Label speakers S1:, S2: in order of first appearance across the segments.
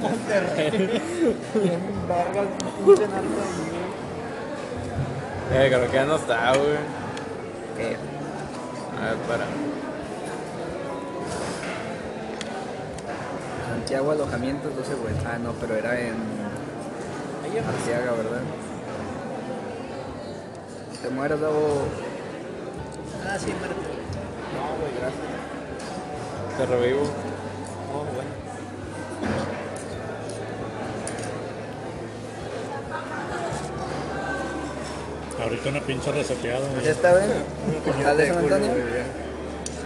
S1: Monterrey. Bien vergas, pinche narco ahí,
S2: Eh, creo que ya no está, güey.
S1: güey.
S2: A ver, para.
S1: Santiago alojamientos 12 güey. Ah, no, pero era en Arteaga, ¿verdad? Te mueras, luego
S3: Ah, sí, muérete.
S4: No, güey, gracias.
S2: Te revivo.
S4: Oh, bueno.
S5: Ahorita una pinche reseteada, güey.
S1: ¿Ya está, ven?
S3: Coño,
S1: ¿Al de
S3: de
S1: San
S3: culo,
S1: Antonio?
S3: güey, ya.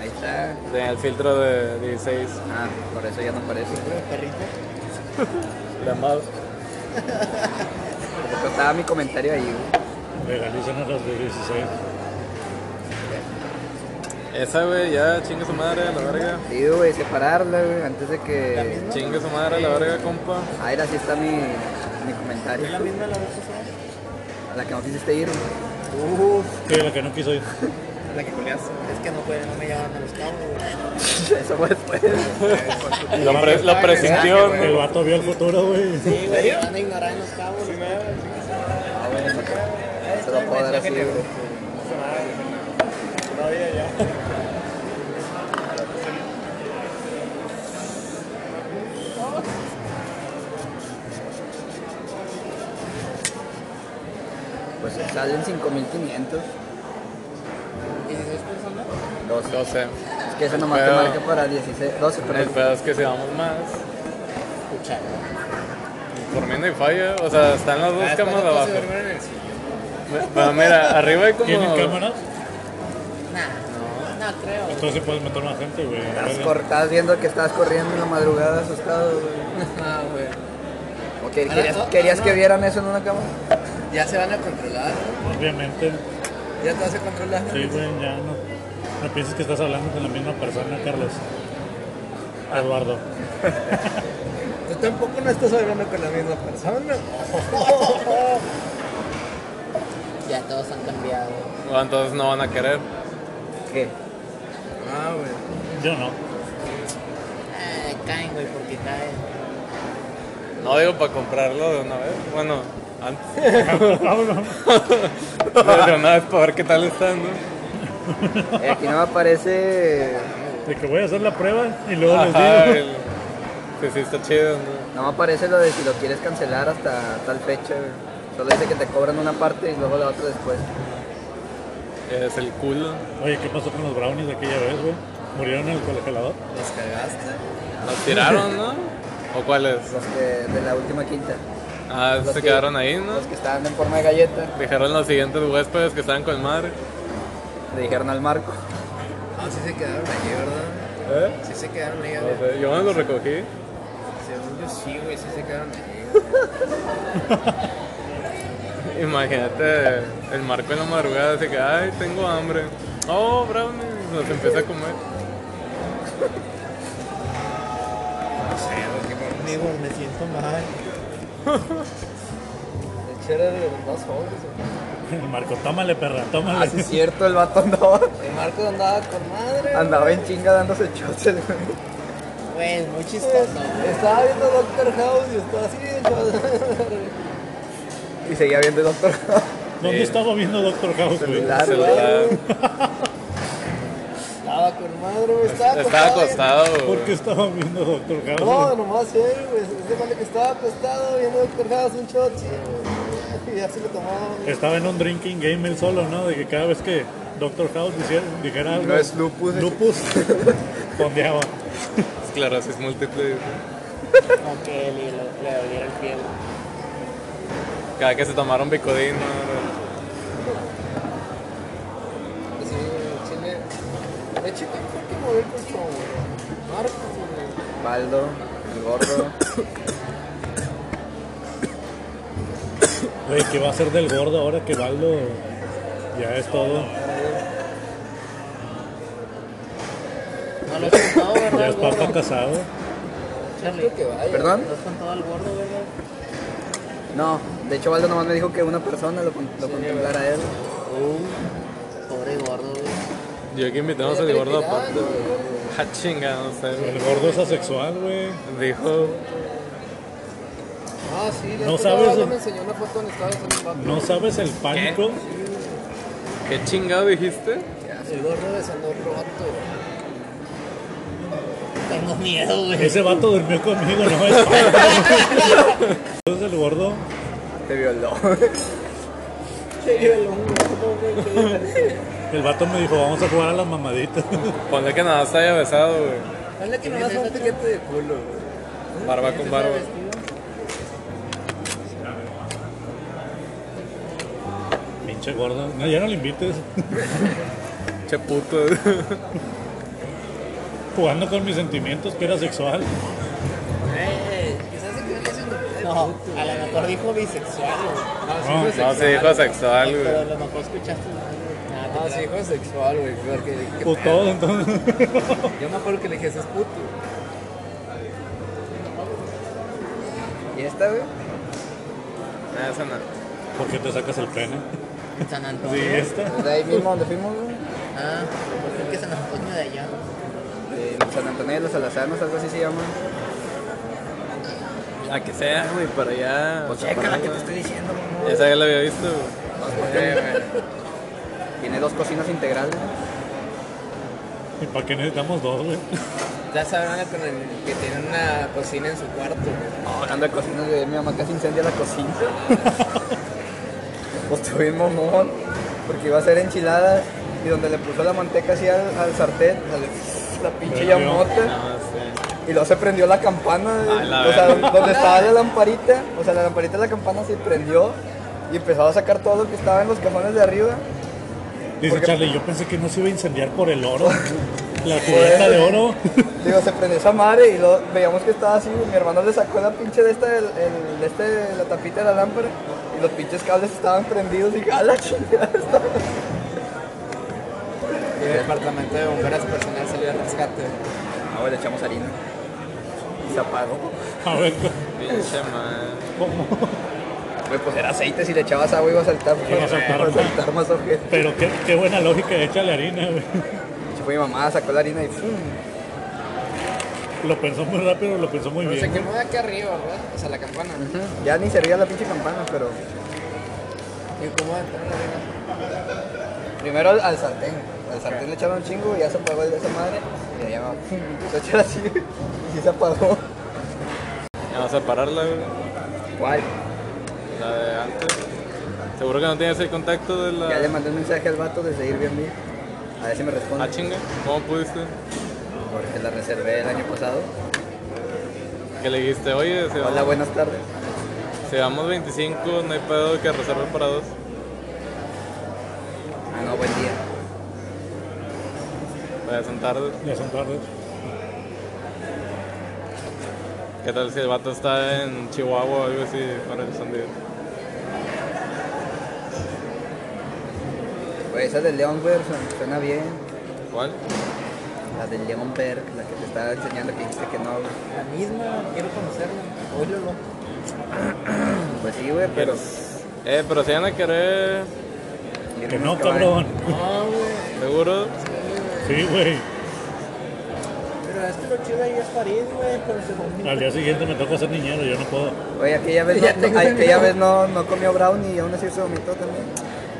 S1: Ahí está.
S2: Tenía el filtro de 16.
S1: Ah, por eso ya no aparece.
S3: Pero perrito.
S2: La mouse.
S1: Porque estaba mi comentario ahí, güey.
S5: Legalicen a los de 16.
S2: Esa, güey, ya chinga su madre a la verga.
S1: Sí, güey, separarla, güey, antes de que...
S2: Chinga su madre a la verga, compa.
S1: Ah, era así está mi, mi comentario.
S3: ¿Es la misma la vez pasada?
S1: A la que no quisiste ir, güey.
S3: Uf,
S5: Sí, la que no quiso ir.
S3: la que culeaste. Es que no pueden, no me llaman a los cabos, güey.
S1: Eso fue después.
S2: Lo, pre- lo presintió,
S5: El
S2: güey.
S5: vato vio el futuro, güey.
S3: Sí, güey, me van a ignorar en los cabos. güey.
S1: Ah, bueno, no te- no te lo puedo dar así, güey. Pues salen 5500.
S3: 16 personas.
S1: 12.
S2: 12.
S1: Es que esa nomás te
S2: Pero-
S1: marca para 16. 12,
S2: El
S1: perdón.
S2: pedo es que si vamos más,
S3: Escucha.
S2: por mí no hay falla. O sea, están las
S3: Ah,
S2: dos camas de abajo.
S3: en el
S2: Pero mira, arriba hay como.
S5: ¿Tienen cámaras?
S3: Nah, no creo.
S5: Entonces puedes meter más gente, güey.
S1: Estás, cor- estás viendo que estabas corriendo en la madrugada asustado, güey.
S3: Ah, güey.
S1: ¿O que-
S3: Ahora,
S1: ¿Querías,
S3: no,
S1: querías
S3: no.
S1: que vieran eso en una cámara?
S3: Ya se van a controlar. ¿no?
S5: Obviamente.
S3: Ya te vas a controlar. ¿no?
S5: Sí, güey, ya no. No pienses que estás hablando con la misma persona, Carlos. Eduardo.
S3: Tú Pues tampoco no estás hablando con la misma persona. ya todos han cambiado.
S2: Bueno, entonces no van a querer.
S1: ¿Qué?
S3: Ah, güey.
S5: Yo no.
S3: Eh, caen, güey, porque caen.
S2: No digo para comprarlo de una vez. Bueno, antes.
S5: Pablo.
S2: de una vez para ver qué tal están, ¿no?
S1: Eh, aquí no me aparece.
S5: De que voy a hacer la prueba y luego les
S2: Ajá,
S5: digo.
S2: el- Sí, sí, está chido, ¿no?
S1: No me aparece lo de si lo quieres cancelar hasta tal fecha, güey. Solo dice que te cobran una parte y luego la otra después.
S2: Es el culo.
S5: Oye, ¿qué pasó con los brownies de aquella vez, güey? ¿Murieron en el congelador?
S3: Los cagaste.
S2: Los tiraron, ¿no? ¿O cuáles?
S1: Los que de la última quinta.
S2: Ah,
S1: Los
S2: se
S1: que-
S2: quedaron ahí, ¿no?
S1: Los que estaban en forma de galleta.
S2: Dejaron los siguientes huéspedes que estaban con madre.
S1: Le dijeron al marco.
S3: Ah, sí se quedaron allí, ¿verdad?
S2: ¿Eh?
S3: Sí se quedaron ahí,
S2: No
S3: ¿verdad?
S2: sé, yo no los recogí.
S3: Según yo sí, güey, sí se quedaron ahí.
S2: Imagínate el marco en la madrugada, así que, ay, tengo hambre. Oh, brownie. Los empieza a comer.
S3: Amigo, me siento mal.
S1: El chero de los dos jóvenes.
S5: Marco, tómale, perra, tómale.
S1: Así Ah, es cierto, el vato andaba.
S3: El Marco andaba con madre.
S1: Andaba en chinga dándose shots, el güey.
S3: Ah, Güey, es muy chistoso. güey.
S1: Estaba viendo Doctor House y estaba así de Y seguía viendo Doctor House.
S5: ¿Dónde estaba viendo Doctor House, güey?
S1: Celular, güey.
S2: Celular.
S3: Estaba con madre, güey. Estaba
S2: Estaba
S3: acostado.
S2: acostado, güey.
S5: ¿Por qué estaba viendo Doctor House?
S3: No,
S5: güey?
S3: nomás él, güey. Se cuenta que estaba acostado viendo Doctor House un shot. sí, güey. Y ya se lo tomaba. güey.
S5: Estaba en un drinking game él solo, ¿no? De que cada vez que Doctor House dijera, dijera algo.
S1: No es lupus, es-
S5: Lupus. Fondeaba.
S2: Esclerosis múltiple.
S3: Como que él y lo- le doliera el pie. güey.
S2: Cada que se tomaron bicodín, ¿no?
S3: Sí, güey, chile. De hecho, ¿por qué mover el colchón, güey? Marco,
S1: Baldo,
S3: güey.
S1: el gordo.
S5: Güey, ¿qué va a ser del gordo ahora que Baldo ya es todo?
S3: No lo has contado, ¿verdad?
S5: Ya es
S3: gordo?
S5: papá casado.
S3: Charlie, que vaya.
S1: ¿Perdón?
S3: Lo has contado al gordo, ¿verdad?
S1: No, de hecho Baldo nomás me dijo que una persona lo, con- lo contemplara él.
S3: Pobre gordo, güey.
S2: Yo que invitamos al gordo aparte. güey. Ah, chinga, no sé. güey.
S5: El gordo es asexual, güey.
S2: Dijo.
S3: Ah, sí, la
S5: No
S3: vez
S5: sabes,
S3: pasada
S5: güey.
S3: me enseñó una foto donde estaba haciendo un vato.
S5: No sabes el pánico.
S2: ¿Qué chingado dijiste?
S3: El gorro de San Otro vato.
S4: Tengo miedo, güey.
S5: Ese vato durmió conmigo, no me espantes. Entonces el gordo
S1: Te violó.
S3: el hongo,
S5: El vato me dijo, vamos a jugar a las mamaditas.
S2: Ponle que nada se haya besado, güey.
S3: Dale que no vas a un piquete de culo, güey.
S2: Barba con barba.
S5: Pinche gordo. No, ya no le invites.
S2: Che puto.
S5: Jugando con mis sentimientos, que era sexual.
S3: Quizás se quedó haciendo
S4: No, a lo mejor dijo bisexual, güey.
S3: pues,
S5: No,
S2: No, se dijo sexual,
S4: Pero a
S2: güey.
S4: lo mejor escuchaste mal, güey. Nada, te
S3: Ah, sí,
S4: creas.
S3: hijo sexual, güey. Porque dije, ¿qué
S5: puto, entonces.
S3: pedo? Yo me acuerdo que le dije, ese es puto.
S1: ¿Y esta, güey?
S2: Nada, Ah, esa no.
S5: ¿Por qué te sacas el pene?
S4: San
S5: Sí,
S4: Antonio.
S5: esta.
S1: ¿Es Pues de ahí mismo donde fuimos, güey?
S4: Ah, creo que San Antonio de allá.
S1: De San Antonio de los Alazanos, algo así se llama.
S2: La que sea, güey, para allá. o sea, para allá.
S1: diciendo,
S2: Esa ya la había visto, güey.
S1: Tiene dos cocinas integrales.
S5: ¿Y para qué necesitamos dos, güey?
S3: Ya sabrán con el que tiene una cocina en su cuarto, güey.
S1: Hablando de cocinas, güey, mi mamá casi incendia la cocina. pues tuve un momón, porque iba a hacer enchiladas y donde le puso la manteca así al, al sartén, sale la pinche
S5: Prendió.
S1: llamota.
S2: No sé.
S1: Y luego se prendió la campana, güey.
S2: Ay, la
S1: o sea,
S2: verga.
S1: donde estaba la lamparita, o sea, la lamparita de la campana se prendió y empezaba a sacar todo lo que estaba en los cajones de arriba.
S5: Dice
S1: Porque-
S5: Charlie, yo pensé que no se iba a incendiar por el oro. La cubeta de oro.
S1: Digo, se prendió esa madre y lo veíamos que estaba así, güey. mi hermano le sacó la pinche de esta, el, el- de este, la tapita de la lámpara y los pinches cables estaban prendidos y a la chingada está.
S3: Y el departamento de bomberas personal salió al rescate.
S1: Ah, bueno, le echamos harina. Y se apagó.
S5: A ver,
S2: Pinche madre.
S5: ¿cómo?
S1: Güey, pues era aceite, si le echabas agua iba a saltar.
S5: Iba a saltar,
S1: iba a
S5: güey.
S1: saltar más ojete.
S5: Pero qué, qué buena lógica, échale harina, güey.
S1: Se fue mi mamá, sacó la harina y "Mm, ¡pum!
S5: Lo pensó muy rápido, lo pensó muy
S3: Pero se
S5: bien.
S3: quemó de aquí arriba, ¿verdad? O sea, la campana.
S1: mm", Ya ni servía la pinche campana, pero
S3: ¿Y cómo entró la arena?
S1: primero al, al sartén. Al sartén le echaron un chingo y ya se apagó el de esa madre. Y allá va. Se echó así y se apagó.
S2: Ya vas a pararla, güey.
S1: ¿Cuál?
S2: La de antes. Seguro que no tienes el contacto de
S1: Ya le
S2: la.
S1: mandé un mensaje al vato desde Airbnb. A ver si me responde.
S2: Ah, chinga. ¿Cómo pudiste?
S1: Porque la reservé el año pasado.
S2: Que le dijiste, oye, si
S1: Hola,
S2: vamos,
S1: buenas tardes.
S2: si vamos 25, no hay pedo que reservar para dos.
S1: Ah, no, buen día.
S2: Para sentar.
S5: Ya son tardes.
S2: ¿Qué tal si el vato está en Chihuahua o algo así para el sonido?
S1: Güey, Pues, esa del León, güey, su- suena bien.
S2: ¿Cuál?
S1: La del León Berg, la que te estaba enseñando que dijiste que no, güey.
S4: La misma, quiero conocerla. Óyelo.
S1: Pues sí, güey, pero.
S2: ¿Quieres? Eh, pero si van a querer,
S5: Que no, cabrón.
S3: No, Ah, güey.
S2: seguro.
S5: Sí, güey.
S4: Pero es que lo chido ahí es París, güey, con su familia.
S5: Al día siguiente me toca ser niñero, yo no puedo.
S1: Oye, aquella vez,
S3: Ya
S1: no,
S3: tengo
S1: ay,
S3: el
S1: aquella
S3: mío.
S1: vez no, no comió brownie y aún así se vomitó también.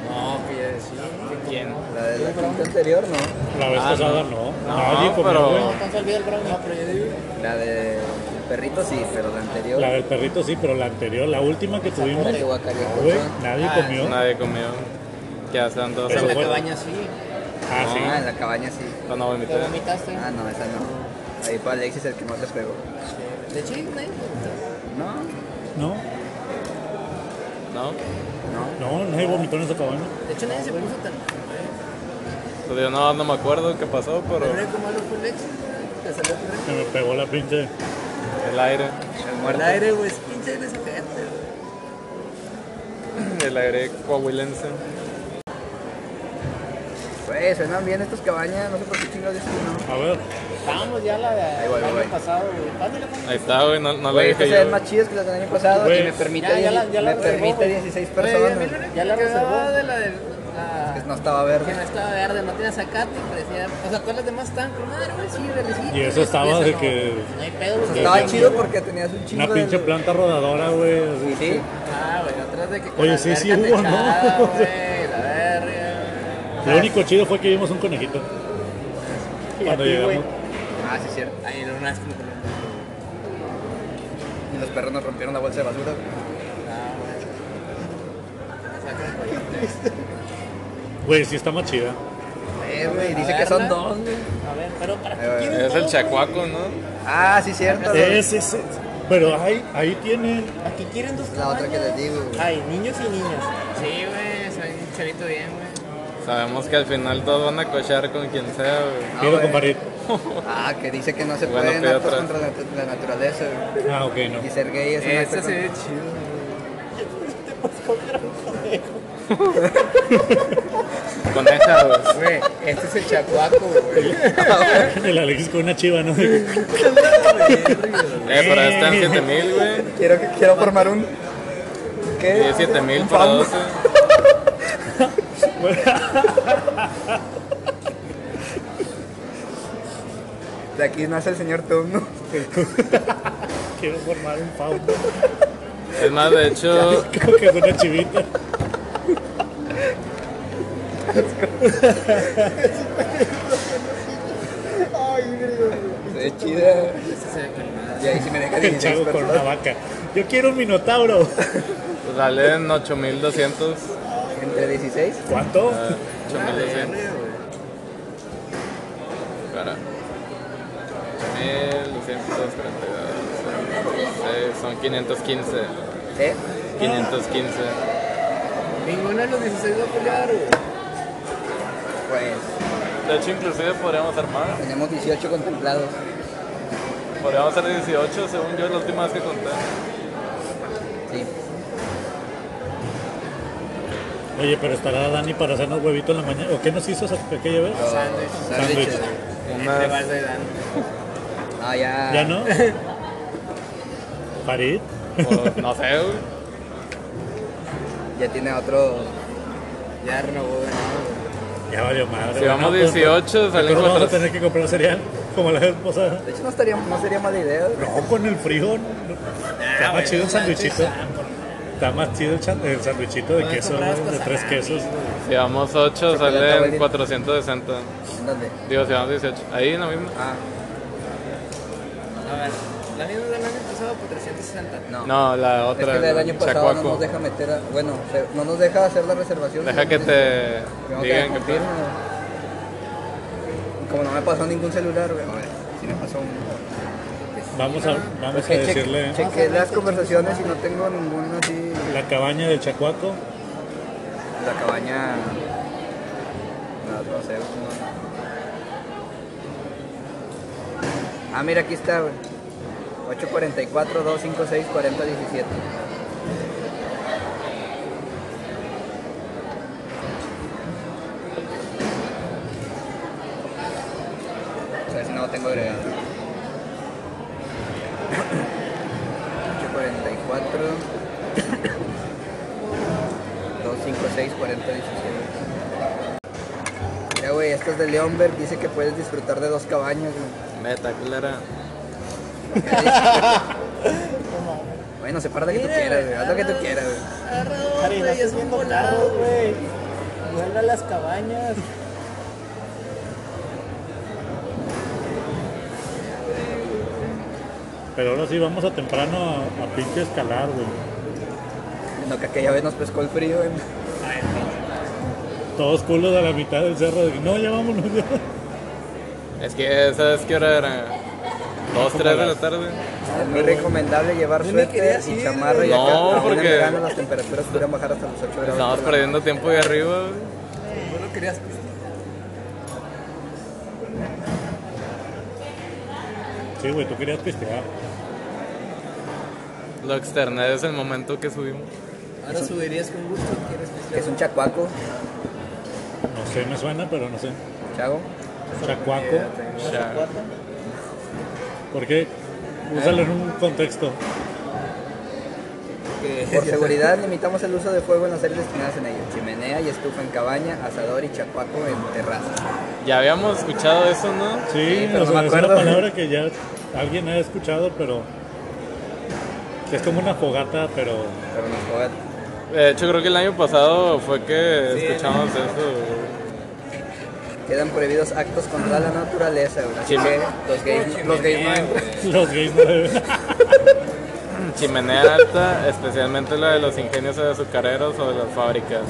S3: No, que ya decía.
S2: ¿Quién?
S1: La de la quinta anterior, no.
S5: La vez
S2: Ah,
S5: pasada
S2: no.
S5: no.
S2: No,
S5: Nadie comió,
S2: pero-
S5: güey.
S4: No, se olvida el brownie. No, pero yo digo.
S1: La de perrito sí, pero la anterior.
S5: La del perrito sí, pero la anterior, la última que tuvimos,
S1: La de guacarejo,
S5: no, güey,
S1: ¿no?
S5: nadie
S4: Ah,
S5: comió.
S2: Nadie comió. Ya están todos
S5: Pero
S4: En la
S5: fue-
S4: cabaña sí.
S5: Ah, sí.
S1: Ah, en la cabaña sí.
S2: Para no
S4: Te
S2: vomitar.
S4: vomitaste.
S1: Ah, no, esa no. Ahí fue Alexis el que no se pegó.
S4: De Disney.
S1: No,
S5: No,
S2: ¿No?
S1: no.
S5: no, nadie vomitó en esa cabaña.
S4: De hecho, nadie se puso tan.
S2: Pues yo no, no me acuerdo qué pasó, pero
S4: Pero como algo fue Lex. Te salió correcto.
S5: Se me pegó la pinche.
S2: el aire.
S1: El
S4: El
S1: muerto.
S4: aire, güey, es pinche de su gente.
S2: El aire coahuilense.
S1: Güey, suenan bien estas cabañas, no sé por qué chingados dicen que no.
S5: A ver,
S4: Estábamos ya la del
S1: Ahí voy, voy,
S4: año
S1: voy.
S4: pasado, güey. Ándale, pues.
S2: Ahí está, güey, no, no lo
S1: Güey,
S2: dije
S1: estas se ven
S2: yo.
S1: más chidas que las del año pasado
S5: Güey.
S1: y me permite,
S4: Ya, ya la- ya la
S1: me
S4: reservó,
S1: permite
S4: güey.
S1: 16
S3: Oye,
S1: personas. Pues
S3: mira, mira,
S4: Ya la
S3: que
S4: reservó.
S3: hablaba de la del. la-
S1: no estaba verde.
S4: Que no estaba verde, no tenía zacate, parecía. O sea, todas las demás estaban con madre, güey, sí, verdecito.
S5: Y eso estaba
S4: esa
S5: de
S4: no,
S5: que-
S4: No hay pedo,
S1: O sea,
S4: güey.
S1: estaba
S5: ya,
S1: chido
S5: ya.
S1: porque tenías un chingo
S5: Una pinche
S1: de...
S5: planta rodadora, güey. así.
S1: Sí,
S4: Ah, güey, atrás de que. con
S5: Oye,
S4: la
S5: sí, sí
S4: alberca
S5: hubo, ¿no?
S4: techada,
S5: O sea-
S4: güey, la verga.
S5: Lo único chido fue que vimos un conejito. Cuando llegamos.
S4: Ah, sí, es cierto. Ahí en una esquina.
S1: y los perros nos rompieron la bolsa de basura.
S5: Güey, sí está más chida.
S1: Eh, güey,
S4: A
S1: dice que son
S4: verla.
S1: dos, güey.
S4: A ver, pero para
S1: Eh,
S4: qué quiero
S2: Es el chacuaco, ¿no?
S1: Ah, sí, cierto. güey.
S5: Es, es, es. Pero ahí, ahí tienen.
S4: Aquí quieren dos
S1: La otra que les
S4: cabañas?
S1: digo, güey.
S4: Ay, niños y niñas. Sí, güey, se ve un chavito bien, güey.
S2: Sabemos que al final todos van a cochar con quien sea, güey.
S1: Ah,
S5: Quiero
S1: güey.
S5: compartir.
S1: Ah, que dice que no se
S2: Bueno,
S1: pueden
S2: pero
S1: actos
S2: atrás.
S1: contra la, natu- la naturaleza. güey.
S5: Ah, ok, no.
S1: Y ser gay es un acto
S4: Este se ve
S1: contra-
S4: chido.
S2: Coneja, güey.
S3: Güey, este es el chacuaco, güey.
S5: El Alexis con una chiva, ¿no?
S2: Eh, pero están 7000, güey.
S1: Quiero, que- quiero formar un... ¿Qué?
S2: 17000
S1: Un
S2: para
S1: fan.
S2: 12.
S1: De aquí nace el señor Tumno.
S5: Quiero formar un pavo.
S2: Es más, de hecho,
S5: Creo que es una chivita.
S1: Se ve chida.
S4: Este se ve con madre.
S1: Y ahí sí me deja
S5: El
S1: 16
S5: chavo con una
S1: personas.
S5: vaca. Yo quiero un minotauro.
S2: sale en 8200.
S1: Entre 16.
S5: ¿Cuánto?
S2: ah, 8200. Para. 8242. Son 515.
S1: ¿Eh?
S2: 515.
S4: Ninguno de los 16 va a pelear, güey.
S1: Pues
S2: De hecho, inclusive podríamos armar.
S1: tenemos 18 contemplados.
S2: Podríamos hacer 18, según yo, la última vez que conté.
S1: Sí.
S5: Oye, pero estará Dani para hacernos huevitos en la mañana. ¿O qué nos hizo esa aquella vez?
S1: Sándwich.
S5: Sándwiches.
S4: Te
S2: Unas
S4: vas de Dan.
S1: Ah, ya.
S5: ¿Ya no? Farid.
S2: Pues, no sé, güey.
S1: Ya tiene otro.
S4: Ya renovó, güey.
S5: Ya valió madre.
S2: Si vamos
S5: pues,
S2: 18, salen
S5: entonces vamos a
S2: cuatro.
S5: tener que comprar cereal como la vez pasada.
S1: De hecho, no, estaría, no sería mala idea.
S5: No, con el frío. no. Está más chido el sandwichito. Está más chido el, chan- el sandwichito de queso,
S4: comprar
S5: güey, de
S4: cosas.
S5: tres quesos.
S2: Si vamos 8,
S1: Chocolate,
S2: salen
S1: abuelita.
S2: 460.
S1: ¿En dónde?
S2: Digo, si vamos 18. Ahí en la misma.
S1: Ah,
S4: A ver, la misma del año pasado por 360.
S1: no.
S2: No, la
S1: Es que
S2: otra.
S1: la del año pasado no
S2: Chacuaco.
S1: nos deja meter a- Bueno, se- no nos deja hacer la reservación.
S2: Deja que te
S1: Tengo que
S2: digan que
S1: confirmo. Como no me pasó ningún celular, güey. A ver, si me pasó un.
S5: Vamos a, vamos a
S1: Porque che-
S5: decirle
S1: chequé las conversaciones y no tengo ninguna así.
S5: la cabaña del Chacuaco.
S1: La cabaña. No, no sé. no. Ah, mira, aquí está, güey. 844-256-4017. O sea, si no lo tengo agregado. 844 256 4017 Ya, güey, esto es de Leonberg. Dice que puedes disfrutar de dos cabañas, güey.
S2: Meta, culera.
S1: Bueno, separa lo que tú quieras, güey. Haz lo que tú quieras, güey.
S4: Agarra Ari, otra y estás Ah, es un viendo volado, nada, güey. güey. Vuelve a las cabañas.
S5: Pero ahora sí vamos a temprano a, a pinche escalar, güey.
S1: No, que aquella vez nos pescó el frío, güey.
S5: Todos culos a la mitad del cerro. de- no, ya vámonos. ya.
S2: Es que, ¿sabes qué hora era? ¿Dos, tres de la tarde?
S1: Es muy recomendable llevar suéter y chamarra y
S2: No,
S1: acá, aún
S2: porque-
S1: en verano las temperaturas pudieran bajar hasta los 8 grados.
S2: Estamos perdiendo tiempo de arriba, güey.
S4: Vos no querías pues, que
S5: Sí, güey, tú querías pistear.
S2: Lo externé desde el momento que subimos.
S4: Ahora subirías con gusto, quieres que
S1: Que es un chacuaco,
S5: No sé, me suena, pero no sé.
S1: chago.
S5: Chacuaco.
S2: Ya.
S5: ¿Por qué? Úsalo en un contexto.
S4: que.
S1: Por seguridad limitamos el uso de fuego en las áreas destinadas en ello. Chimenea y estufa en cabaña, asador y chapaco en terraza.
S2: Ya habíamos escuchado eso, ¿no?
S5: Sí,
S1: pero
S5: o
S1: no
S5: sea,
S1: me
S5: es una
S1: acuerdo.
S5: palabra que ya alguien ha escuchado, pero es como una fogata, pero
S1: Pero no fogata.
S2: De hecho, creo que el año pasado fue que escuchamos eso. güey.
S1: Quedan prohibidos actos contra la naturaleza, güey. Así que los gays, los gays no entran.
S5: los gays no deben.
S2: Chimenea alta, especialmente la de los ingenios azucareros o de las fábricas.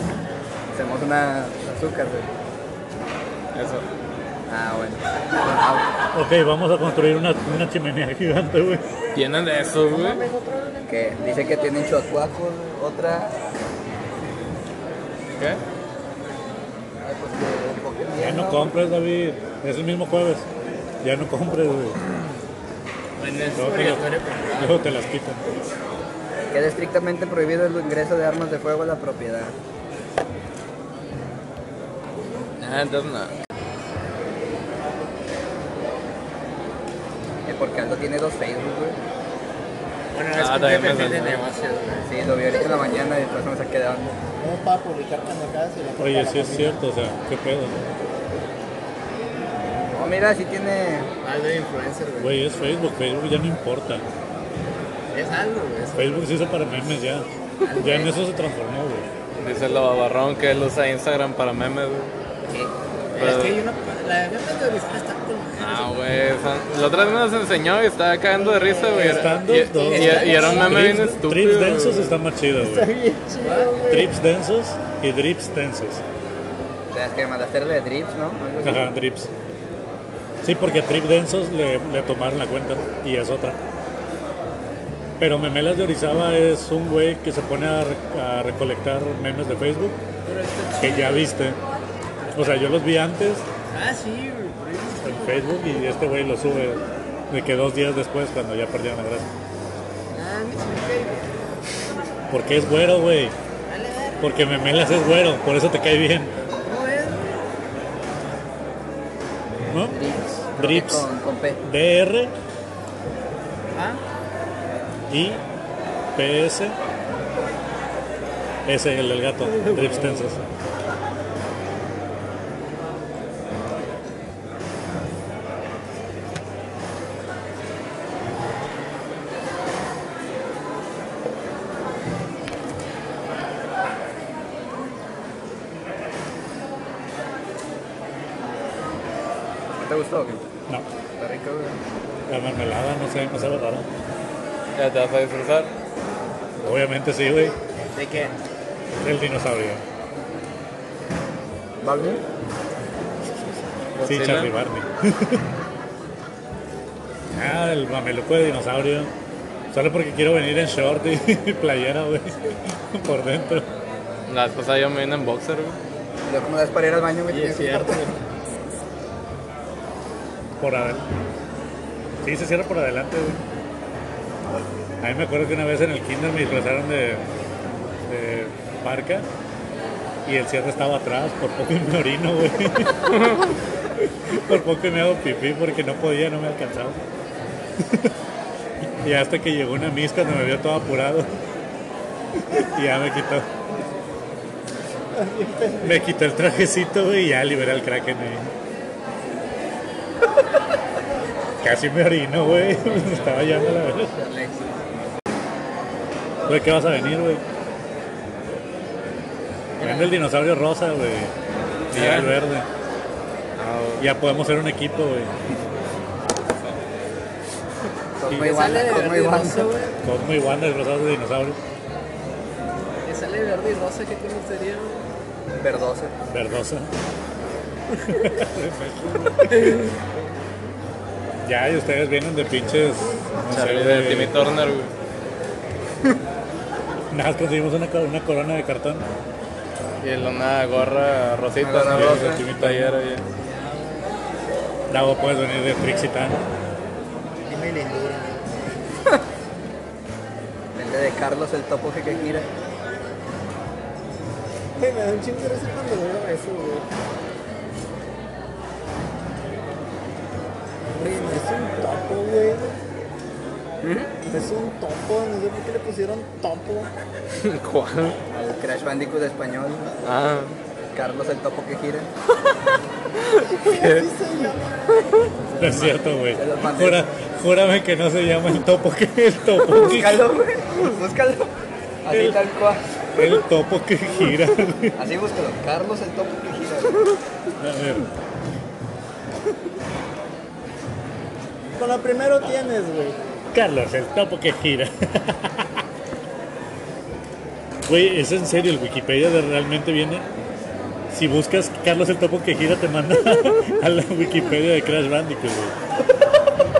S1: Hacemos una azúcar, güey.
S2: Eso.
S1: Ah, bueno. Ah,
S5: Ok, vamos a construir una, una chimenea gigante, güey.
S2: Tienen de eso, güey.
S1: que dice que tienen chuacuacos, otra.
S2: ¿Qué?
S1: ay, pues, que un poco
S5: Ya
S1: bien,
S5: no
S1: ¿no?
S5: compres, David. Es el mismo jueves. Ya no compres, güey. Luego te, las- luego te las quitan.
S1: Queda estrictamente prohibido el ingreso de armas de fuego a la propiedad.
S2: Ah, entonces no.
S1: Eh, porque Aldo tiene dos Facebook, güey.
S4: Bueno,
S2: Ah,
S4: es que
S2: también
S4: depende
S2: me
S4: de
S2: salió.
S4: negocios, güey.
S1: Sí, lo vi ahorita en la mañana y después me saqué de onda.
S4: No para publicar pendejadas y la culpa a
S5: Oye,
S4: la
S5: sí es
S4: familia.
S5: cierto, o sea, qué pedo.
S1: Oh, mira, sí tiene.
S3: Ah, de influencer, güey.
S5: Güey, es Facebook. Facebook ya no importa.
S3: Es algo, güey. es-
S5: Facebook se hizo para memes ya. Ya en eso se transformó, güey.
S2: Dice el Barrón que él usa Instagram para memes, güey.
S1: Sí.
S2: Pero-
S4: Es que hay una. La neta de Orizaba está con.
S2: Ah, güey. esa- La otra vez nos enseñó y estaba cagando de risa, güey.
S5: Están
S2: Y,
S5: dos,
S2: y,
S5: dos.
S2: y- y era un meme bien
S5: Trips, trips
S2: estúpido.
S5: densos
S2: güey.
S5: está más chido, güey.
S4: bien chido, güey.
S5: Trips densos y drips densos.
S1: O sea, es que mandaste la de Drips, ¿no? Algo así.
S5: Ajá, drips. Sí, porque a Trip Densos le, le tomaron la cuenta y es otra. Pero Memelas de Orizaba es un güey que se pone a, re- a recolectar memes de Facebook que ya viste. O sea, yo los vi antes
S4: Ah, sí, güey. por ahí está.
S5: en Facebook y este güey los sube de que dos días después cuando ya perdieron la gracia.
S4: Ah, mi chico,
S5: Porque es güero, güey.
S4: Dale, dale.
S5: Porque Memelas es güero, por eso te cae bien.
S4: ¿Cómo es?
S5: ¿No?
S1: Drips. creo que
S5: Drips.
S1: Con, con P.
S5: DR
S4: Ah,
S5: y PS es el del gato, Drips Tensas.
S1: ¿No te gustó? o qué?
S5: No,
S1: Está rico, güey.
S5: la mermelada, no sé, no sabe raro.
S2: Ya te vas a disfrutar.
S5: Obviamente sí, güey,
S4: ¿de qué?
S5: el dinosaurio.
S1: ¿Va bien?
S5: Sí,
S2: Godzilla.
S5: Charlie Barney. ah, el mameluco de dinosaurio. Solo porque quiero venir en short y playera, güey, por dentro.
S2: La vez pasada yo me vine en boxer, güey.
S1: Yo como das para ir al baño, güey.
S3: Sí, es
S1: tenía-
S3: cierto.
S5: Por adelante. Sí, se cierra por adelante, güey. A mí me acuerdo que una vez en el kinder me disfrazaron de, de parca y el cierre estaba atrás, por poco y me orino, güey. por poco y me hago pipí porque no podía, no me alcanzaba. y hasta que llegó una miss cuando me vio todo apurado. y ya me quitó. Me quitó el trajecito, güey, y ya liberé al kraken ahí. Casi me orino, güey. Me estaba llevando la verga. Güey, ¿qué vas a venir, güey? Vende el dinosaurio rosa, güey. Y ya el verde. Ya podemos ser un equipo, güey.
S1: Son muy
S4: Que sale
S1: guanas,
S4: de
S1: son muy
S4: verde y
S1: guanas.
S4: rosa, güey.
S5: Cosmo y Wanda disfrazados de dinosaurio.
S4: Que sale de verde y rosa, ¿qué te gustaría, güey?
S1: Verdosa.
S5: Verdosa. ya, y ustedes vienen de pinches. No sé,
S2: Charlie de Timmy
S5: güey.
S2: Turner, güey.
S5: Nada, más conseguimos una, co- una corona de cartón.
S2: Y él una gorra rosita.
S1: Una gorra
S2: ¿no?
S1: rosa.
S2: De Timmy Turner, oye.
S5: Davo, puedes venir de Trixitán.
S4: Dime lindura.
S1: Vende de Carlos el topo que que gira.
S3: Güey, me da un chingo de risa cuando veo eso, güey.
S5: ¿Mm?
S3: Güey, no es un topo, güey. Es un topo, no sé por qué le pusieron topo.
S2: ¿Cuál?
S1: Al Crash Bandicoot de español,
S2: Ah,
S1: Carlos el topo que gira.
S5: No es cierto, güey.
S1: Te lo mandé.
S5: Jura- júrame que no se llama el topo que el topo que,
S1: Búscalo, güey. Búscalo. Así tal cual.
S5: el topo que gira. güey.
S1: Así búscalo. Carlos el topo que gira. güey.
S5: A ver,
S3: Con lo primero tienes, güey.
S5: Carlos, el topo que gira. Güey, es en serio, el Wikipedia de realmente viene. Si buscas Carlos el topo que gira, te manda a la Wikipedia de Crash Bandicoot, güey.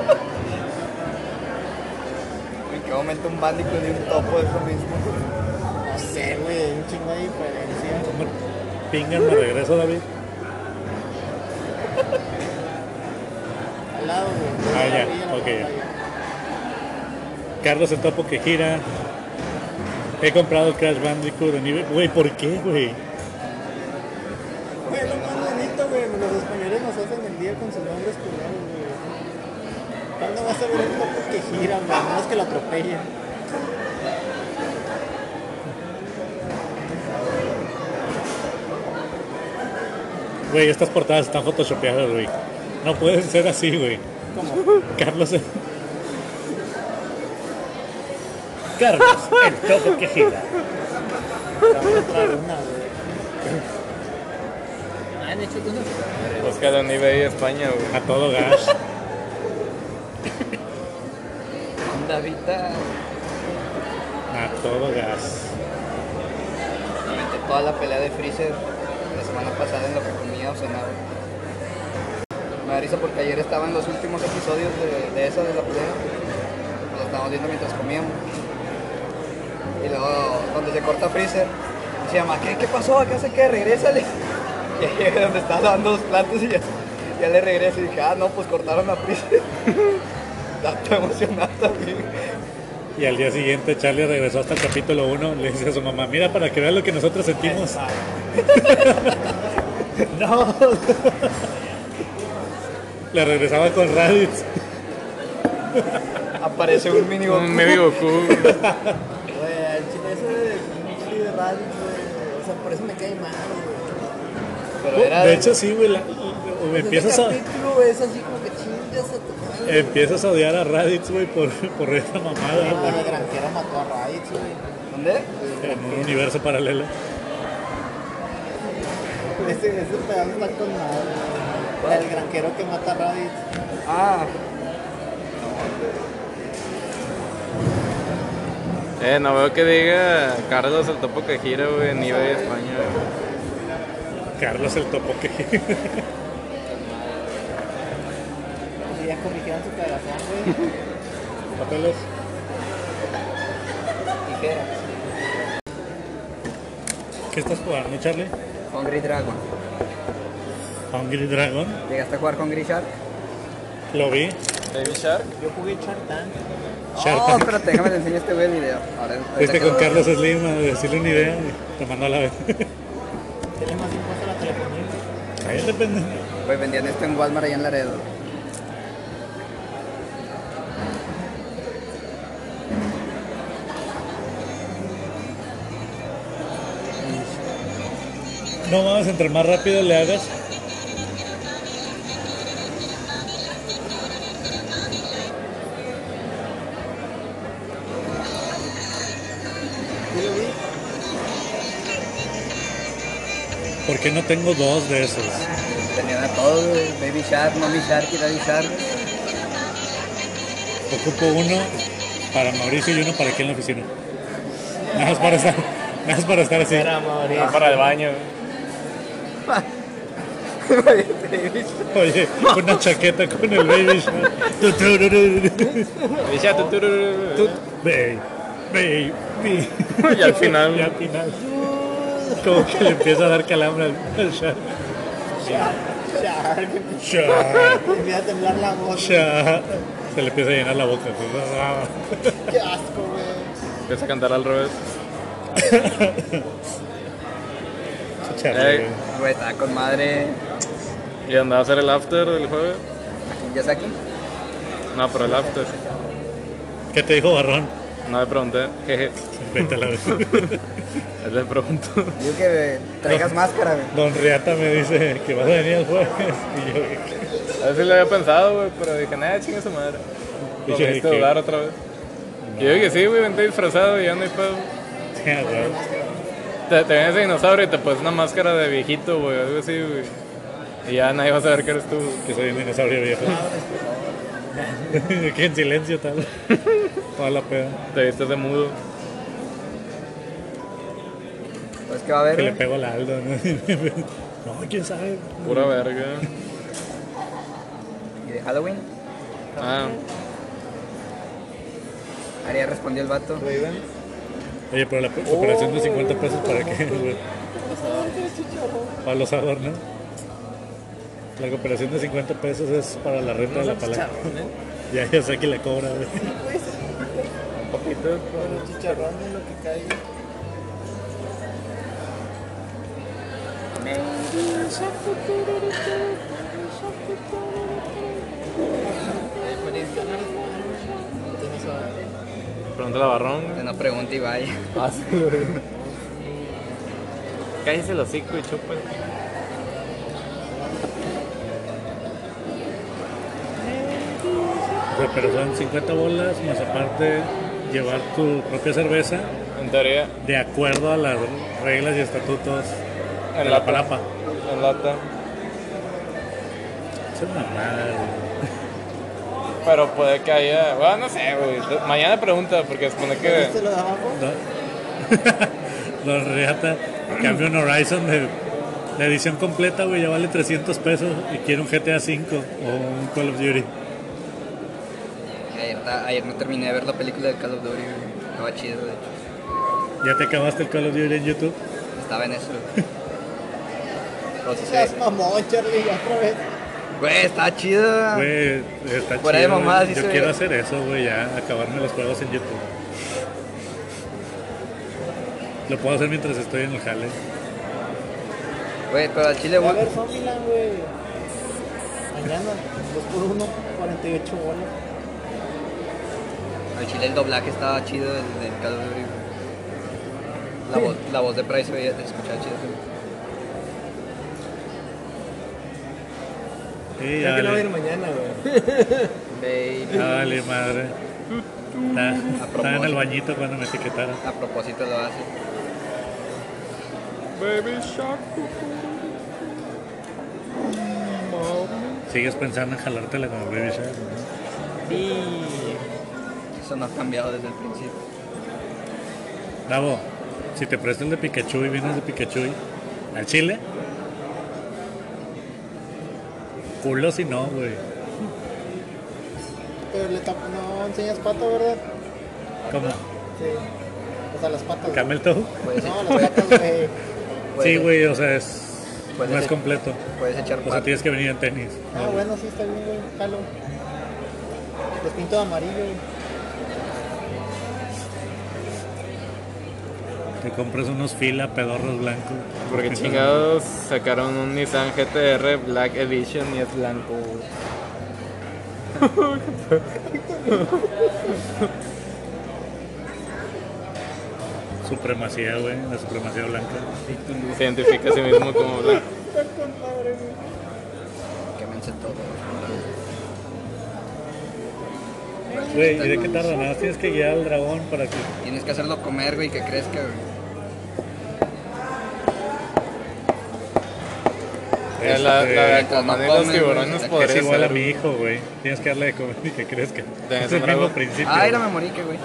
S1: En qué momento un Bandicoot y un topo es lo mismo.
S3: No sé, güey, hay un chingo de diferencia.
S5: ¿Cómo pingan de regreso, David?
S3: Al lado, güey.
S5: Ah,
S3: la
S5: ya,
S3: orilla, la
S5: ok.
S3: pantalla.
S5: Carlos el topo que gira. He comprado el Crash Bandicoot en eBay. Güey, ¿por qué, güey?
S3: Güey, lo más bonito, güey. Los españoles nos hacen el día con sus nombres culeros, güey. ¿Cuándo vas a ver un topo que gira, güey? No es que lo atropellen.
S5: Güey, estas portadas están photoshopeadas, güey. No pueden ser así, güey.
S3: ¿Cómo?
S5: Carlos. eh. el- Carlos, el topo que gira.
S3: Te van a entrar una, güey.
S1: Han hecho
S2: búscalo en eBay España, güey.
S5: A todo gas.
S1: Davita.
S5: A todo gas.
S1: Me aventé toda la pelea de Freezer la semana pasada en lo que comía o cenaba. Me da risa porque ayer estaban los últimos episodios de, de esa de la pelea. Los estábamos viendo mientras comíamos. Y luego, donde se corta Freezer, se llama, ¿qué, qué pasó? ¿Qué hace qué? Regrésale. Y ahí es donde está lavando los platos y ya, ya le regreso y dije, ah, no, pues cortaron a Freezer. Tanto emocionado también.
S5: Y al día siguiente Charlie regresó hasta el capítulo 1, le dice a su mamá, mira para que vea lo que nosotros sentimos. no. le regresaba con Raditz.
S1: Aparece un mini Goku.
S2: Un medio Goku.
S3: Güey, al chile ese de pinche de radio, güey. O sea, por eso me cae mal, güey.
S1: Pero era
S5: De hecho sí, güey. la- Empiezas a,
S3: Ese capítulo es así como que chingas a tu madre.
S5: empiezas a odiar a Raditz, güey, por, por esa mamada.
S3: Ah,
S5: güey.
S3: la granjera mató a Raditz, güey.
S1: ¿Dónde?
S5: En un universo paralelo.
S3: Ese, ese pedazo está con nada. El granjero que mata a Raditz.
S1: Ah,
S2: Eh, no veo que diga Carlos el topo que gira, güey, en eBay España, güey.
S5: Carlos el topo que gira.
S3: Y ya corrigieron su cagazón, güey.
S5: Papeles.
S1: tijeras.
S5: ¿Qué estás jugando, Charlie?
S1: Hungry Dragon.
S5: Hungry Dragon.
S1: ¿Llegaste a jugar Hungry Shark?
S5: Lo vi.
S2: Baby Shark.
S3: Yo jugué Chartan.
S5: Shark
S1: No,
S5: Tank.
S1: Oh, espérate, déjame te enseño este güey el video. Ahora, ahorita
S5: Fuiste
S1: que-
S5: con Carlos Slim a decirle una idea y te mandó a la vez.
S3: Tiene más impuesto a la telefonía.
S5: Ahí depende.
S1: Güey, Pues vendían esto en Walmart allá en Laredo.
S5: No mames, entre más rápido le hagas. ¿Por qué no tengo dos de esos?
S1: Tenían a todos, güey. Baby Shark, Mommy Shark y Daddy Shark.
S5: Ocupo uno para Mauricio y uno para aquí en la oficina. Nada más para estar, nada más para estar así.
S2: Ah, para el baño, güey.
S5: Oye, una chaqueta con el baby shark. Tu, tu, ru, ru, ru.
S2: Baby Shark, tu, tu, ru, ru, ru.
S5: Baby, baby.
S2: Y al final,
S5: Y al final. Como que le empieza a dar calambre al- al shark.
S3: Shark.
S5: Shark,
S3: Me empieza a temblar la voz.
S5: shark. Se le empieza a llenar la boca.
S3: Qué asco, güey.
S2: empieza a cantar al revés.
S5: Charlie,
S2: Ey.
S1: Güey, estaba con madre.
S2: Y andaba a hacer el after del jueves.
S1: ¿Ya está aquí?
S2: No, pero el after.
S5: ¿Qué te dijo Barrón?
S2: No le pregunté, jeje,
S5: Vete a la vez.
S2: él le pregunto.
S1: Digo que traigas máscara, güey.
S5: Don Riata me dice que vas a venir el jueves. Y yo, ¿qué?
S2: A ver si lo había pensado, güey, pero dije, nada, chinga su madre. Lo
S5: Dije,
S2: me hiciste
S5: ¿qué?
S2: dudar otra vez. Y yo dije, sí, güey, vente disfrazado y ya no hay pedo.
S5: Ah, güey.
S2: Te, te ven ese dinosaurio y te pones una máscara de viejito, güey, algo así, güey. Y ya nadie va a saber que eres tú. güey.
S5: que soy un dinosaurio viejo.
S3: Ah,
S5: Aquí en silencio tal. Toda la peda.
S2: Te vistes de mudo.
S1: Pues que va a haber,
S5: Que le
S1: güey.
S5: pego a la Aldo. No, No, quién sabe.
S2: Pura verga.
S1: Y de Halloween.
S2: Ah,
S1: Ariel respondió el vato.
S5: Oye, pero la pe- operación de 50 pesos Oh. para qué, güey. Para los adornos. La cooperación de 50 pesos es para la renta de la palanca. Ya, ya sé que le cobra, güey.
S2: poquito.
S4: Los chicharrones, lo que caiga.
S2: Pregúntale a Barrón, güey.
S1: Que No pregunte y vaya.
S2: Cállese el hocico y chúpale.
S5: O sea, pero son 50 bolas más aparte llevar tu propia cerveza
S2: En teoría,
S5: de acuerdo a las reglas y estatutos de
S2: En
S5: la
S2: lata.
S5: palapa.
S2: en lata.
S5: Es una mamada, güey.
S2: Pero puede que haya. Bueno, no sé, güey. Mañana pregunta, porque supone que.
S4: ¿Viste lo de abajo?
S5: No- Los reata, cambio un Horizon de la edición completa, güey, ya vale 300 pesos y quiero un GTA V o un Call of Duty.
S1: Ayer, ta- ayer no terminé de ver la película de Call of Duty, güey. Estaba chido, de hecho.
S5: ¿Ya te acabaste el Call of Duty en YouTube?
S1: Estaba en eso, güey. Pues, sí.
S4: Seas mamón, Charlie, ya otra vez.
S1: Güey, estaba chido.
S5: Güey, está
S1: Ah. Fuera de
S5: chido, güey.
S1: mamadas,
S5: Yo
S1: dice-
S5: quiero hacer eso, güey, ya, acabarme los juegos en YouTube. Lo puedo hacer mientras estoy en el jale.
S1: Güey, pero al chile,
S4: Va a
S1: güey.
S4: ver Zombieland, güey. Mañana, 2 por 1 48 bolas.
S1: Al chile el doblaje estaba chido del, del Call of Duty, güey. La, voz, la voz de Price se veía- se escuchaba chido. güey.
S5: Sí, ya
S4: Creo que no va a
S5: vale.
S4: ir mañana, güey.
S1: Baby.
S5: Ya vale, madre. Está- Estaba en el
S1: propósito.
S5: bañito cuando me etiquetaron.
S1: A propósito lo hace.
S2: Baby Shark.
S5: Sigues pensando en jalártela con el Baby Shark, ¿no?
S4: Sí.
S1: Eso no ha cambiado desde el principio.
S5: Davo, si te presto el de Pikachu y vienes de Pikachu al Chile. Culo si no, güey.
S4: Pero le tap- no enseñas pato, ¿verdad?
S5: ¿Cómo?
S4: Sí. O sea, las patas. güey.
S5: ¿Camel Toe?
S1: Puedes,
S4: No, las
S1: puedes-
S4: patas, güey.
S5: Sí,
S1: puedes-
S5: güey, o sea, es,
S1: Puede
S5: no es
S1: ser.
S5: completo.
S1: Puedes echar
S5: O sea,
S1: pato.
S5: tienes que venir en tenis.
S4: Ah, bueno, sí, está bien, güey. Jalo. Los pinto de amarillo, güey.
S5: Te compras unos fila pedorros blancos.
S2: Porque chingados sacaron un Nissan GTR Black Edition y es blanco, güey.
S5: Supremacía, güey, la supremacía blanca.
S2: Se identifica a sí mismo como blanco.
S1: Que me todo.
S5: Güey, ¿y de qué tarda? Nada más tienes que guiar al dragón para que
S1: Tienes que hacerlo comer, güey, que crezca, güey.
S5: Este,
S2: Eh, la, la de Aquaman y los tiburones
S1: Es
S5: Es
S2: podría
S5: igual a
S2: ser.
S5: mi hijo, güey. Tienes que darle de comer y que crezca.
S2: Tenés
S5: Es
S2: un
S5: el
S2: dragón.
S5: mismo principio.
S1: Ay, la
S5: güey.
S1: memorica, Ah, güey.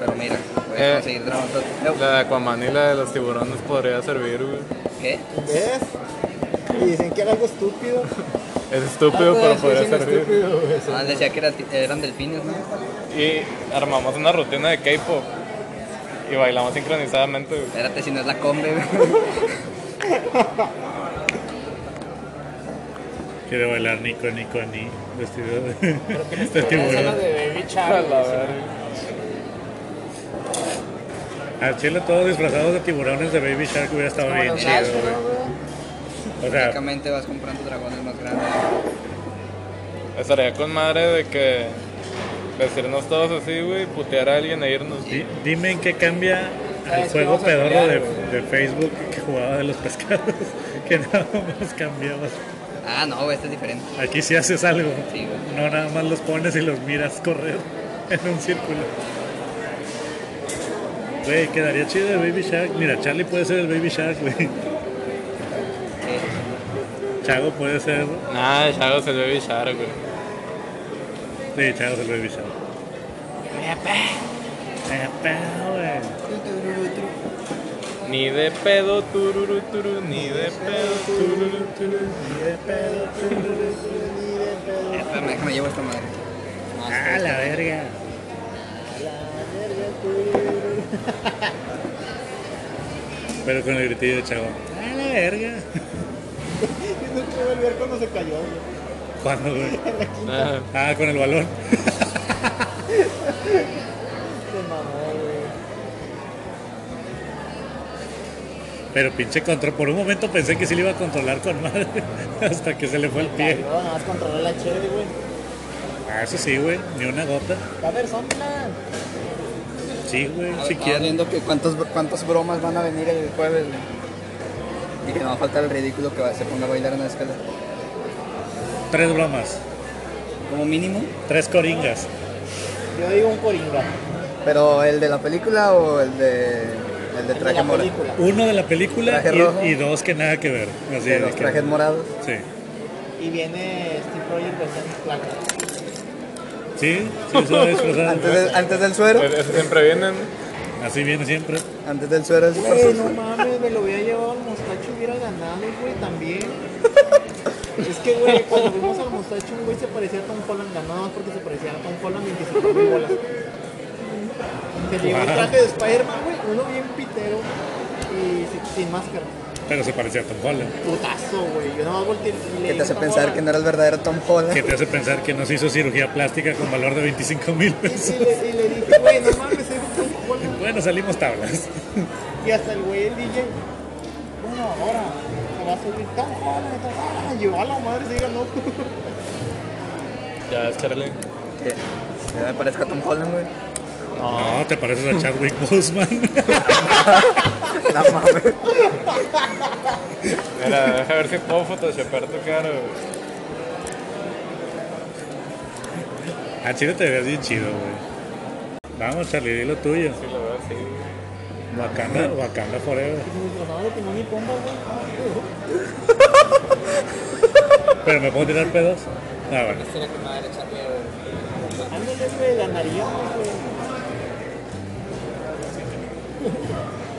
S1: Pero mira, puedes
S2: Eh.
S1: conseguir dragón. No,
S2: La de Aquaman y la de los tiburones podría servir, güey.
S1: ¿Qué?
S4: ¿Ves? Y dicen que era algo estúpido.
S2: Es estúpido, pero podría
S4: ser
S2: servir.
S4: estúpido, güey.
S1: Ah, decía que era ti- eran delfines, ¿no?
S2: Y armamos una rutina de K-pop. Y bailamos sincronizadamente, güey.
S1: Espérate, si no es la combe, güey.
S5: Quiere bailar Nico, Nico, Ni. Vestido de, de
S4: Esa es la
S5: tiburón.
S4: de Baby
S2: A
S4: Shark.
S2: la
S4: güey.
S2: verga.
S5: Al chile todos disfrazados de tiburones de Baby Shark hubiera estado bien
S4: Los
S5: chido.
S4: Nash, ¿no, güey?
S5: O sea,
S1: Prácticamente vas comprando dragones más grandes.
S2: Estaría con madre de que Vestirnos todos así, güey, putear a alguien e irnos.
S5: Di- Dime en qué cambia
S1: Ah,
S5: el
S1: es que
S5: juego
S1: vamos a
S5: pedorro
S1: pelear,
S5: de,
S1: güey.
S5: de Facebook que jugaba de los pescados, que nada más cambiabas.
S1: Ah, no, güey, este es diferente.
S5: Aquí sí haces algo,
S1: Sí, güey.
S5: no nada más los pones y los miras correr en un círculo. Güey, quedaría chido el Baby Shark. Mira, Charlie puede ser el Baby Shark, güey.
S1: Sí.
S5: Chago puede ser.
S2: Nah, Chago se ve bichar, güey.
S5: Sí, Chago es el Baby Shark. Eh, pero, güey.
S2: Ni de pedo, tururu, turu, ni de pedo, tururu, turu.
S1: Espérame, déjame llevo esta madre. No,
S5: Ah,
S1: espera.
S5: la verga. Pero con el gritillo de Chago. Ah, la verga.
S3: No pude ver cuando se cayó, güey.
S5: ¿Cuándo, güey?
S2: Ah,
S5: Ah, con el balón.
S3: Se mamó, güey.
S5: Pero pinche control. Por un momento pensé que sí le iba a controlar con madre. Hasta que se le fue el pie.
S3: Cayó, nada más controló la chévere, güey.
S5: Ah, eso sí, güey. Ni una gota.
S3: Va a haber sombra.
S5: Sí, güey.
S1: Estaba
S5: Si quieren.
S1: viendo que cuántos, cuántas bromas van a venir el jueves, güey. Y que no va a faltar el ridículo que va- se ponga a bailar en la escala.
S5: Tres bromas.
S1: Como mínimo.
S5: Tres coringas.
S3: Yo digo un coringa.
S1: Pero el de la película o el de. El de
S3: el de
S1: traje
S3: la
S1: morado.
S3: película.
S5: Uno de la película
S1: Traje
S5: y-
S1: rojo.
S5: y, dos que nada que ver. Así
S1: De
S5: de
S1: los
S5: que-
S1: trajes morados.
S5: Sí.
S3: Y viene Steve Rogers versión flaca.
S5: Sí, sí, se va disfrazado.
S1: Antes, de- antes del suero.
S2: pues, esos siempre vienen.
S5: Así viene siempre.
S1: Antes del suero. es-
S3: Güey, no mames, me lo hubiera llevado al mostacho hubiera ganado, güey, también. Es que, güey, cuando vimos al mostacho, un güey se parecía a Tom Holland, ganó nada más porque se parecía a Tom Holland 25 mil bolas. Se llevó el traje de Spider-Man, güey, uno bien pitero y sin, sin máscara.
S5: Pero se parecía a Tom Holland.
S3: Putazo, güey. Yo nada más volteé y le
S1: Que te hace
S3: dije,
S1: pensar
S3: "Tom
S1: que no era el verdadero Tom Holland.
S5: Que te hace pensar que nos hizo cirugía plástica con valor de 25 mil pesos.
S3: Holland". Y, y le, y le dije, güey, no mames, es Tom Holland.
S5: Bueno, salimos tablas.
S3: Y hasta el güey, el DJ, bueno, ahora se va a subir tan joven, tan ah, yo a la madre, se diga, no.
S2: Ya, Charlie.
S1: Que que me parezca a Tom Holland, güey.
S2: Ah.
S5: No, te pareces a Chadwick Boseman.
S1: La mames.
S2: Mira, deja ver si puedo photoshopear tu cara, güey.
S5: A Chile te veas bien chido, güey. Vamos, Charlie, di lo tuyo.
S2: Sí, la verdad, sí.
S5: Wakanda, Wakanda forever.
S3: Disfrazado de timón y pompa, güey.
S5: Pero me puedo tirar pedos. Ah, bueno.
S1: Tiene que madre echar miedo.
S3: Ándale, güey, ganaríamos, güey.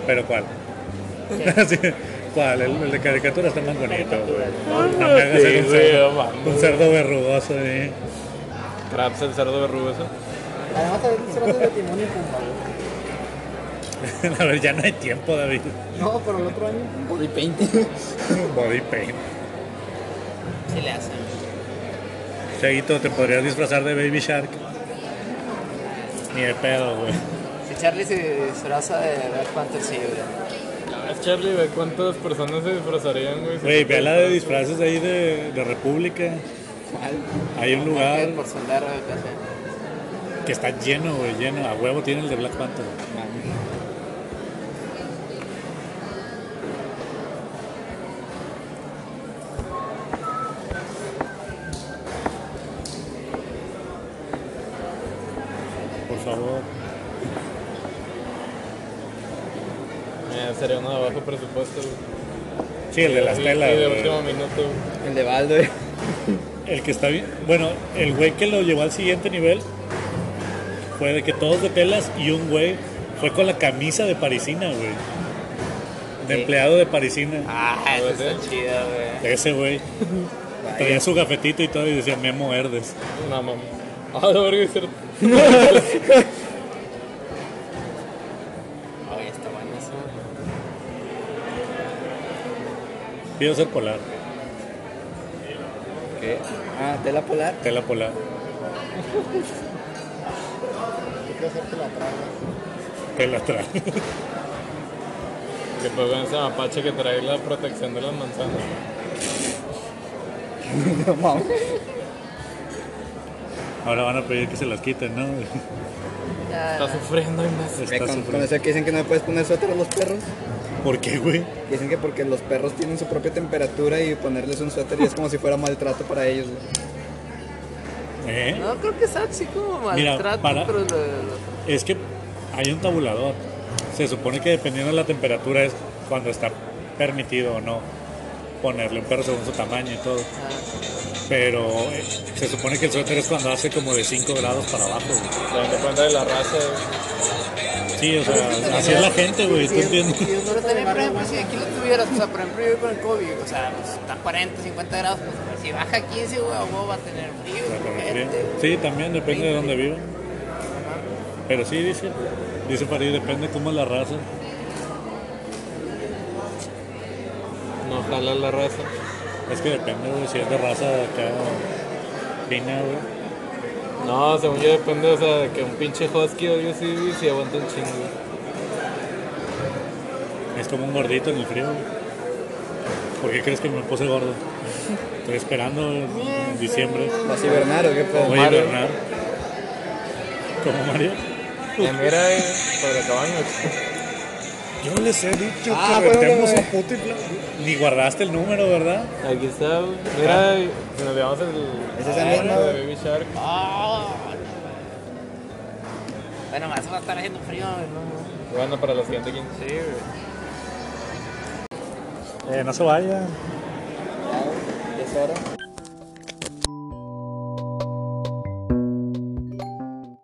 S5: ¿Pero cuál? Sí. ¿Cuál? El, el de caricatura está más bonito, güey. No me hagas ser
S2: Ah, Sí,
S5: un
S2: güey,
S5: cerdo-
S2: no mames.
S5: un cerdo verrugoso, eh.
S2: Craps el cerdo verrugoso.
S3: Además, a ver, disfraces de timón y pompa, güey.
S5: A ver, ya no hay tiempo, David.
S3: No, pero el otro año.
S1: Body painting.
S5: Body paint.
S3: Se le hace.
S5: Chaguito, te podrías disfrazar de Baby Shark. Ni de pedo, güey.
S4: Si Charlie se disfraza de Black Panther, sí, güey.
S2: Ah, Charlie, ve cuántas personas se disfrazarían, güey. si
S5: Güey,
S2: no
S5: ve a
S2: te-
S5: la de disfraces de ahí de, de República. Hay un lugar
S4: Por soldar, güey, casi.
S5: que está lleno, güey, lleno. A huevo tiene el de Black Panther. Por favor.
S2: Eh, sería uno de bajo presupuesto, güey.
S5: Sí, el de las
S2: Sí,
S5: telas.
S2: sí, de
S5: güey.
S2: último minuto, güey.
S1: El de Baldo, eh. güey.
S5: El que está bien. Bueno, el güey que lo llevó al siguiente nivel fue de que todos de telas y un güey fue con la camisa de parisina, güey. De empleado de parisina.
S4: Ah, eso está
S2: ¿sí?
S4: chido, güey.
S5: Ese güey. Traía su gafetito y todo y decía Memo Herdes.
S2: No, mami. Ah, la verga, es cierto.
S4: Oye, está buenísimo.
S5: Pido ser polar,
S1: ¿Qué? Ah, tela polar.
S5: tela polar.
S3: Yo quiero hacerte la traga.
S5: Tela atrás.
S2: Que pues con ese mapache que trae la protección de las manzanas.
S1: No mames.
S5: Ahora van a pedir que se las quiten, ¿no?
S2: Está sufriendo, imbécil.
S1: Ve,
S5: Está
S1: Con, con
S5: sufriendo.
S1: eso que dicen que no le puedes poner suéter a los perros.
S5: ¿Por qué, güey?
S1: Dicen que porque los perros tienen su propia temperatura y ponerles un suéter ya es como si fuera maltrato para ellos. güey.
S5: ¿Eh?
S4: No, creo que es así como
S5: Mira,
S4: maltrato,
S5: para-
S4: pero... lo- lo-
S5: Es que hay un tabulador. Se supone que dependiendo de la temperatura es cuando está permitido o no ponerle un perro según su tamaño y todo.
S4: Ah.
S5: Pero eh, se supone que el suéter es cuando hace como de 5 grados para abajo. güey.
S2: Dando cuenta de la raza.
S5: Sí, o
S4: Ah,
S5: sea, así es la gente, güey. ¿Tú entiendes?
S3: Ellos no
S4: Pero Pues también, por
S3: agarran
S4: ejemplo,
S3: masa.
S4: si aquí lo tuvieras, o sea, por ejemplo, yo con el COVID, o sea, pues, está a 40, 50 grados, pues, pues, si baja 15, güey, a huevo va a tener frío, gente.
S5: Sí, también depende de dónde vivan. Pero sí, dice, dice París, depende cómo es la raza.
S2: No jala la raza.
S5: Es que depende, güey, si es de raza acá fina, güey.
S2: No, según yo depende, o sea, de que un pinche husky o algo así, güey, si aguanta un chingo.
S5: Es como un gordito en el frío, güey. ¿Por qué crees que me puse gordo? Estoy esperando en diciembre.
S1: ¿Vas a hibernar o qué pedo?
S5: Voy a
S2: Mario.
S5: hibernar. ¿Cómo Mario?
S2: Eh, mira, eh, sobre cabañas.
S5: Yo les he dicho
S1: Ah, que bueno, metemos güey.
S5: puto Ni guardaste el número, ¿verdad?
S2: Aquí está, güey. Mira, eh, si nos llevamos el.
S1: Es esa
S2: Ah,
S1: misma,
S2: de
S1: güey.
S2: Baby Shark.
S4: Ah. Bueno, más va a estar haciendo frío, güey, ¿no?
S2: Bueno, para la siguiente quince. Sí,
S5: Eh, no se vaya.
S1: ¿Es hora?